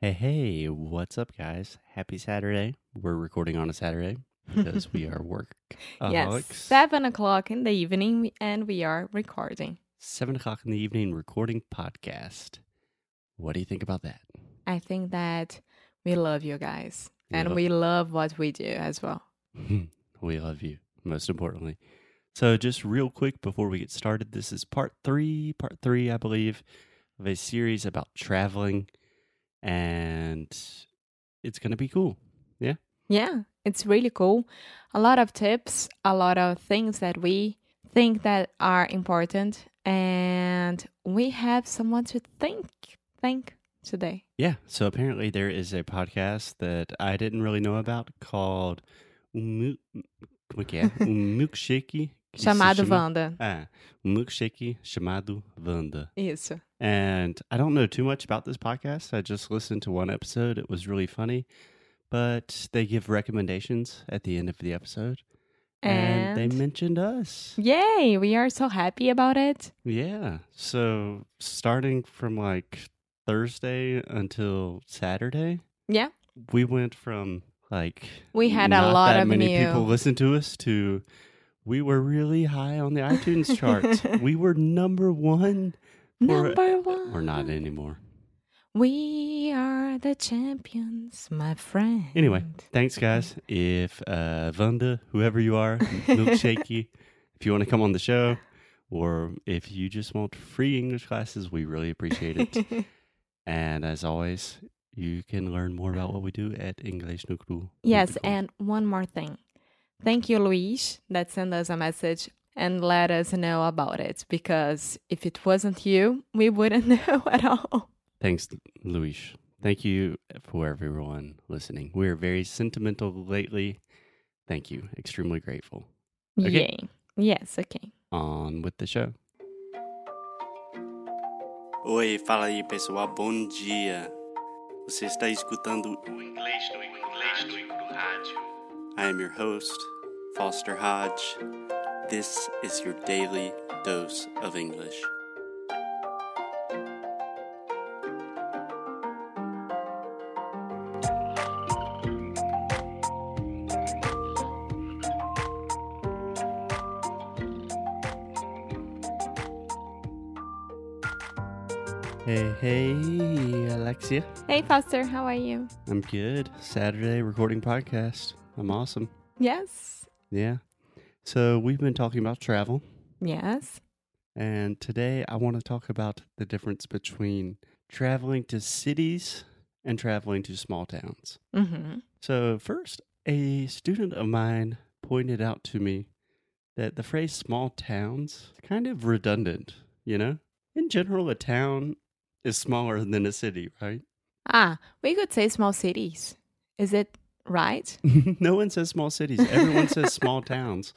Hey, hey, what's up, guys? Happy Saturday. We're recording on a Saturday because we are workaholics. Yes, seven o'clock in the evening, we- and we are recording. Seven o'clock in the evening, recording podcast. What do you think about that? I think that we love you guys, and Love- we love what we do as well. we love you, most importantly. So, just real quick before we get started, this is part three, part three, I believe, of a series about traveling, and it's going to be cool. Yeah, it's really cool. A lot of tips, a lot of things that we think that are important, and we have someone to think think today. Yeah. So apparently there is a podcast that I didn't really know about called Umu- como é que é? Um milkshake que se Chamado chama- Wanda. Ah, um milkshake chamado Vanda. Isso. And I don't know too much about this podcast. I just listened to one episode. It was really funny. But they give recommendations at the end of the episode. And, they mentioned us. yay, we are so happy about it. Yeah. So starting from like Thursday until Saturday, Yeah, we went from like We had a not lot that of many new- people listen to us to we were really high on the iTunes charts. we were number one. For- number one. We're not anymore. We are the champions, my friend. Anyway, thanks guys. If uh Vanda, whoever you are, milkshakey, if you want to come on the show, or if you just want free English classes, we really appreciate it. and as always, you can learn more about what we do at EnglishNucru. yes, and one more thing. Thank you, Luis, that sent us a message and let us know about it because if it wasn't you, we wouldn't know at all. Thanks, Luis. Thank you for everyone listening. We're very sentimental lately. Thank you. Extremely grateful. Okay. Yay. Yes, okay. On with the show. Oi, fala aí pessoal, bom dia. Você está escutando o inglês no inglês no rádio. I am your host, Foster Hodge. This is your daily dose of English. Hey, hey, Alexia. Hey, Foster, how are you? I'm good. Saturday recording podcast. I'm awesome. Yes. Yeah. So we've been talking about travel, Yes. and today I want to talk about the difference between traveling to cities and traveling to small towns. Mm-hmm. So, first, a student of mine pointed out to me that the phrase small towns is kind of redundant, you know? In general, a town is smaller than a city, right? Ah, we could say small cities. Is it right? no one says small cities. Everyone says small towns.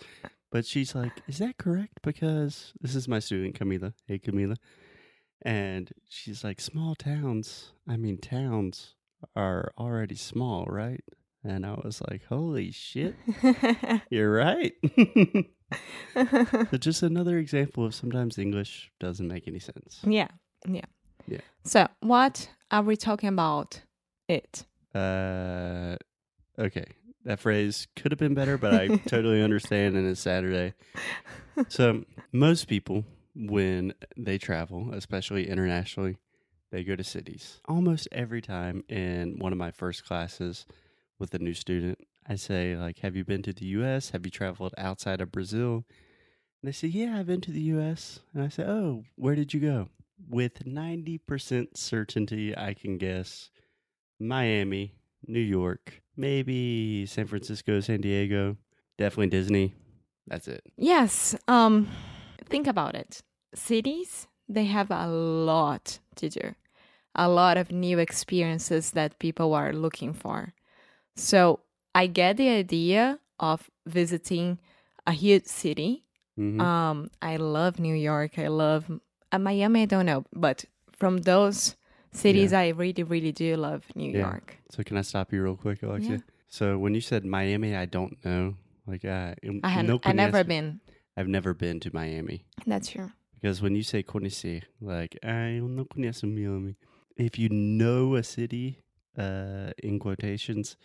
But she's like, is that correct? Because this is my student, Camila. Hey, Camila. And she's like, small towns, I mean, towns are already small, right? And I was like, holy shit, you're right. so just another example of sometimes English doesn't make any sense. Yeah, yeah. Yeah. So, what are we talking about? It. Uh, okay. That phrase could have been better, but I totally understand. And it's Saturday. So, most people, when they travel, especially internationally, they go to cities. Almost every time in one of my first classes with a new student, I say, like, have you been to the US? Have you traveled outside of Brazil? And they say, yeah, I've been to the US. And I say, oh, where did you go? With 90% certainty, I can guess Miami, New York, maybe San Francisco, San Diego, definitely Disney. That's it. Yes. Um, think about it. Cities, they have a lot to do, a lot of new experiences that people are looking for. So, I get the idea of visiting a huge city Mhm. Um, I love New York. I love uh, Miami. I don't know, but from those cities, I really, really do love New Yeah. York. So can I stop you real quick, Alexia? Yeah. So when you said Miami, I don't know. Like uh, in- I had no I never conhece- been. I've never been to Miami That's true. because when you say conhecer, like I don't know Miami. If you know a city, uh, in quotations,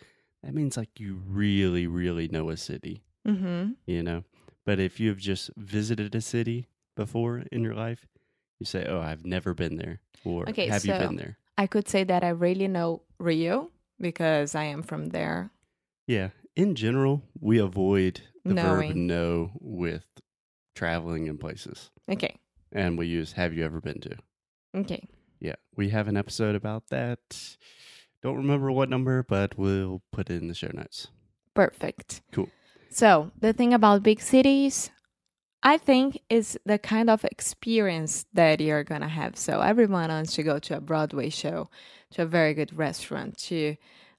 that means like you really, really know a city, Mm-hmm. you know? But if you've just visited a city before in your life, you say, oh, I've never been there. Or Okay, have you so- been there? I could say that I really know Rio because I am from there. Yeah. In general, we avoid the verb Knowing. know with traveling in places. Okay. And we use have you ever been to? Okay. Yeah. We have an episode about that. Don't remember what number, but we'll put it in the show notes. Perfect. Cool. So, the thing about big cities, I think, is the kind of experience that you're going to have. So, everyone wants to go to a Broadway show, to a very good restaurant, to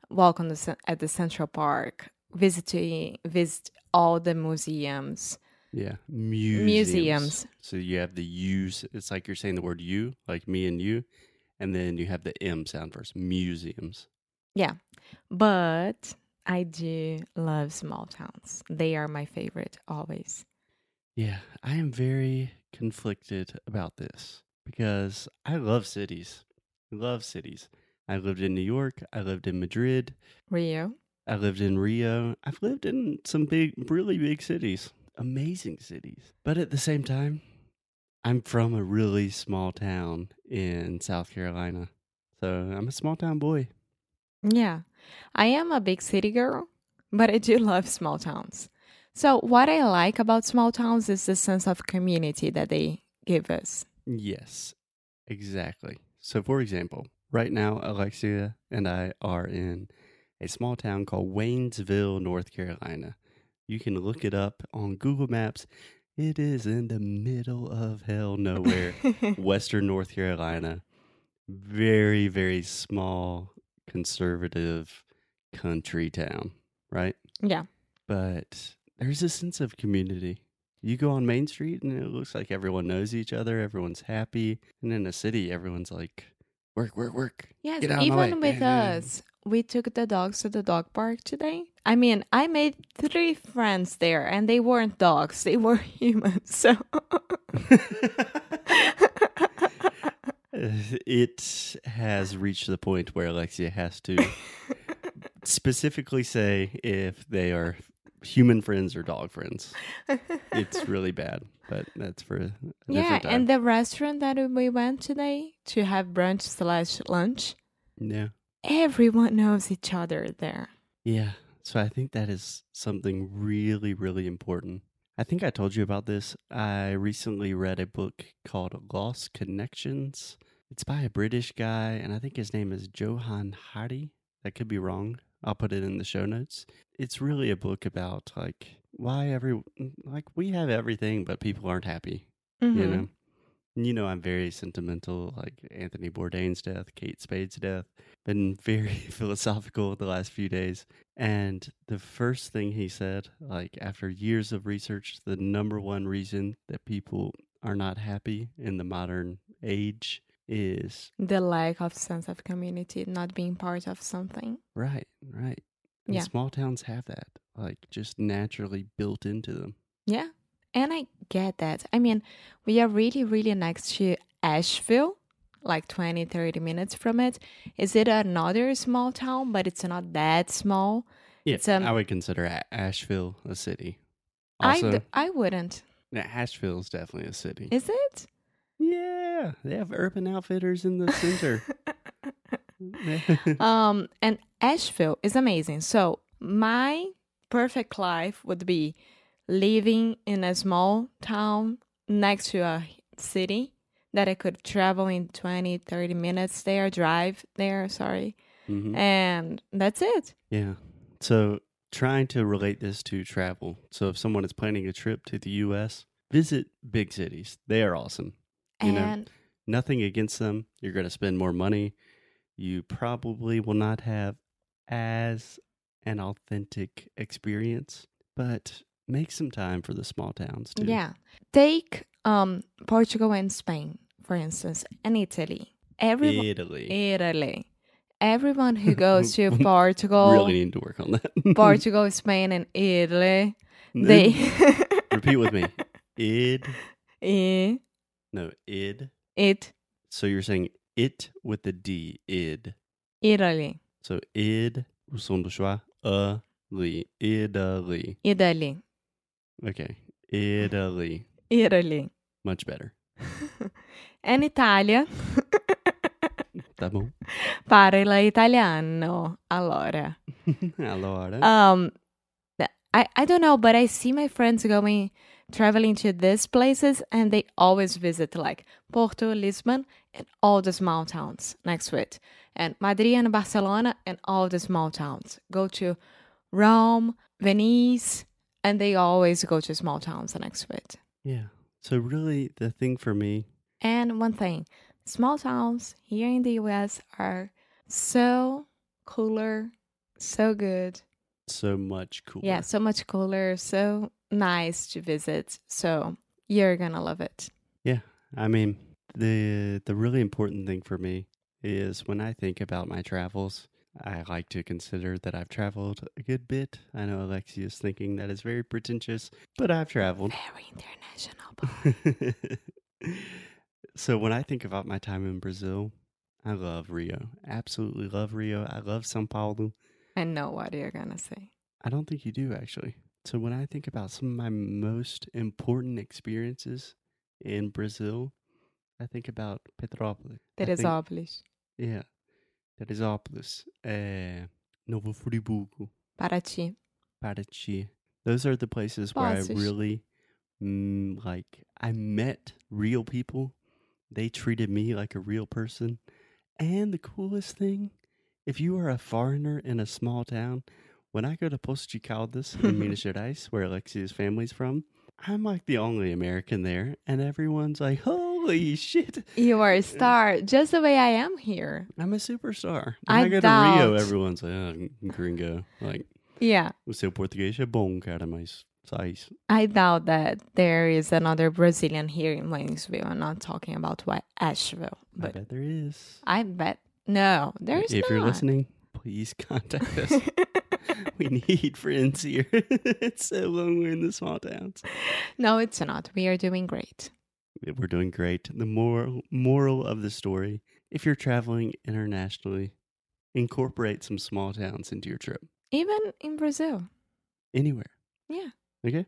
walk on the, cen- at the Central Park, visit, to, visit all the museums. Yeah. Museums. Museums. So you have the U's. It's like you're saying the word you, like me and you. And then you have the M sound first. Museums. But I do love small towns, they are my favorite always. Yeah. I am very conflicted about this because I love cities. I love cities. I lived in New York. I lived in Madrid. Rio? I lived in Rio. I've lived in some big, really big cities, amazing cities. But at the same time, I'm from a really small town in South Carolina. So I'm a small town boy. Yeah. I am a big city girl, but I do love small towns. So, what I like about small towns is the sense of community that they give us. Yes, exactly. So, for example, right now, Alexia and I are in a small town called Waynesville, North Carolina. You can look it up on Google Maps. It is in the middle of hell nowhere. Western North Carolina. Very, very small, conservative country town, right? yeah. But there's a sense of community. You go on Main Street and it looks like everyone knows each other, everyone's happy. And in a city, everyone's like, work, work, work. Yes. Get out of my way. Even with uh, Yeah. us, we took the dogs to the dog park today. I mean, I made three friends there, and they weren't dogs, they were humans. So, it has reached the point where Alexia has to specifically say if they are human friends or dog friends. It's really bad, but that's for a different yeah. time. And the restaurant that we went today to have brunch slash lunch, yeah. everyone knows each other there. Yeah. So I think that is something really, really important. I think I told you about this. I recently read a book called Lost Connections. It's by a British guy, and I think his name is Johan Hari. That could be wrong. I'll put it in the show notes. It's really a book about like why every like we have everything, but people aren't happy. You Mhm. know, And you know, I'm very sentimental, like Anthony Bourdain's death, Kate Spade's death. Been very philosophical the last few days. And the first thing he said, like after years of research, the number one reason that people are not happy in the modern age is the lack of sense of community, not being part of something. right, right. And Yeah. small towns have that, like just naturally built into them. Yeah. And I get that. I mean, we are really, really next to Asheville, like 20, 30 minutes from it. Is it another small town, but it's not that small? Yeah, It's, um, I would consider A- Asheville a city. I Also, d- I wouldn't. yeah, Asheville is definitely a city. Is it? Yeah, they have Urban Outfitters in the center. Mm-hmm. Um, and Asheville is amazing. So my perfect life would be living in a small town next to a city that I could travel in 20, 30 minutes there, drive there, sorry. Eh. Mhm. And that's it. Yeah. So, trying to relate this to travel. So, if someone is planning a trip to the U.S., visit big cities. They are awesome. You know, and Nothing against them. You're going to spend more money. You probably will not have as an authentic experience, but make some time for the small towns too. yeah. Take um Portugal and Spain, for instance, and Italy. E- Everyone Italy. Italy. Everyone who goes to Portugal Really need to work on that. Portugal, Spain, and Italy. They Repeat with me. Id. I- No, id. E, it So you're saying it with the D. Id. Italy. So id ou son de choix Italy. Italy. Italy. Okay. Italy. Italy. Much better. And Italia. Tá bom? Parla italiano. Allora. Allora. Um, I, I don't know, but I see my friends going traveling to these places and they always visit like Porto, Lisbon, and all the small towns next to it, and Madrid and Barcelona, and all the small towns. Go to Rome, Venice, and they always go to small towns next to it. yeah. So really the thing for me, And one thing small towns here in the US are so cooler, so good. so much cooler. Yeah, so much cooler, so nice to visit. So you're gonna love it. I mean, the the really important thing for me is when I think about my travels, I like to consider that I've traveled a good bit. I know Alexia's thinking that is very pretentious, but I've traveled. Very international. Paul. so when I think about my time in Brazil, I love Rio. Absolutely love Rio. I love São Paulo. I know what you're gonna say. I don't think you do actually. So when I think about some of my most important experiences in Brazil, I think about Petrópolis. That I is think- obvious. Yeah. Teresópolis, eh, Novo Friburgo, Paraty. Paraty. Those are the places where I Passos. really mm, like. I met real people. They treated me like a real person. And the coolest thing, if you are a foreigner in a small town, when I go to Poços de Caldas in Minas Gerais, where Alexia's family's from, I'm like the only American there, and everyone's like, "Holy shit, You are a star, just the way I am here. I'm a superstar. When I, I go to Rio, doubt. everyone's like, oh, gringo. Like, Yeah, o seu português é bom, cara, mas sais. I doubt that there is another Brazilian here in Lanesville. I'm not talking about what Asheville, I but bet there is. I bet no, there is if you're not. listening, please contact us. we need friends here. it's so long we're in the small towns. no, it's not. We are doing great. We're doing great. The moral, moral of the story, if you're traveling internationally, incorporate some small towns into your trip. Even in Brazil. Anywhere. Yeah. Okay?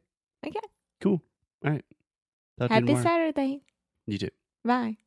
Okay. Cool. All right. Talk to you Happy tomorrow. Saturday. You too. Bye.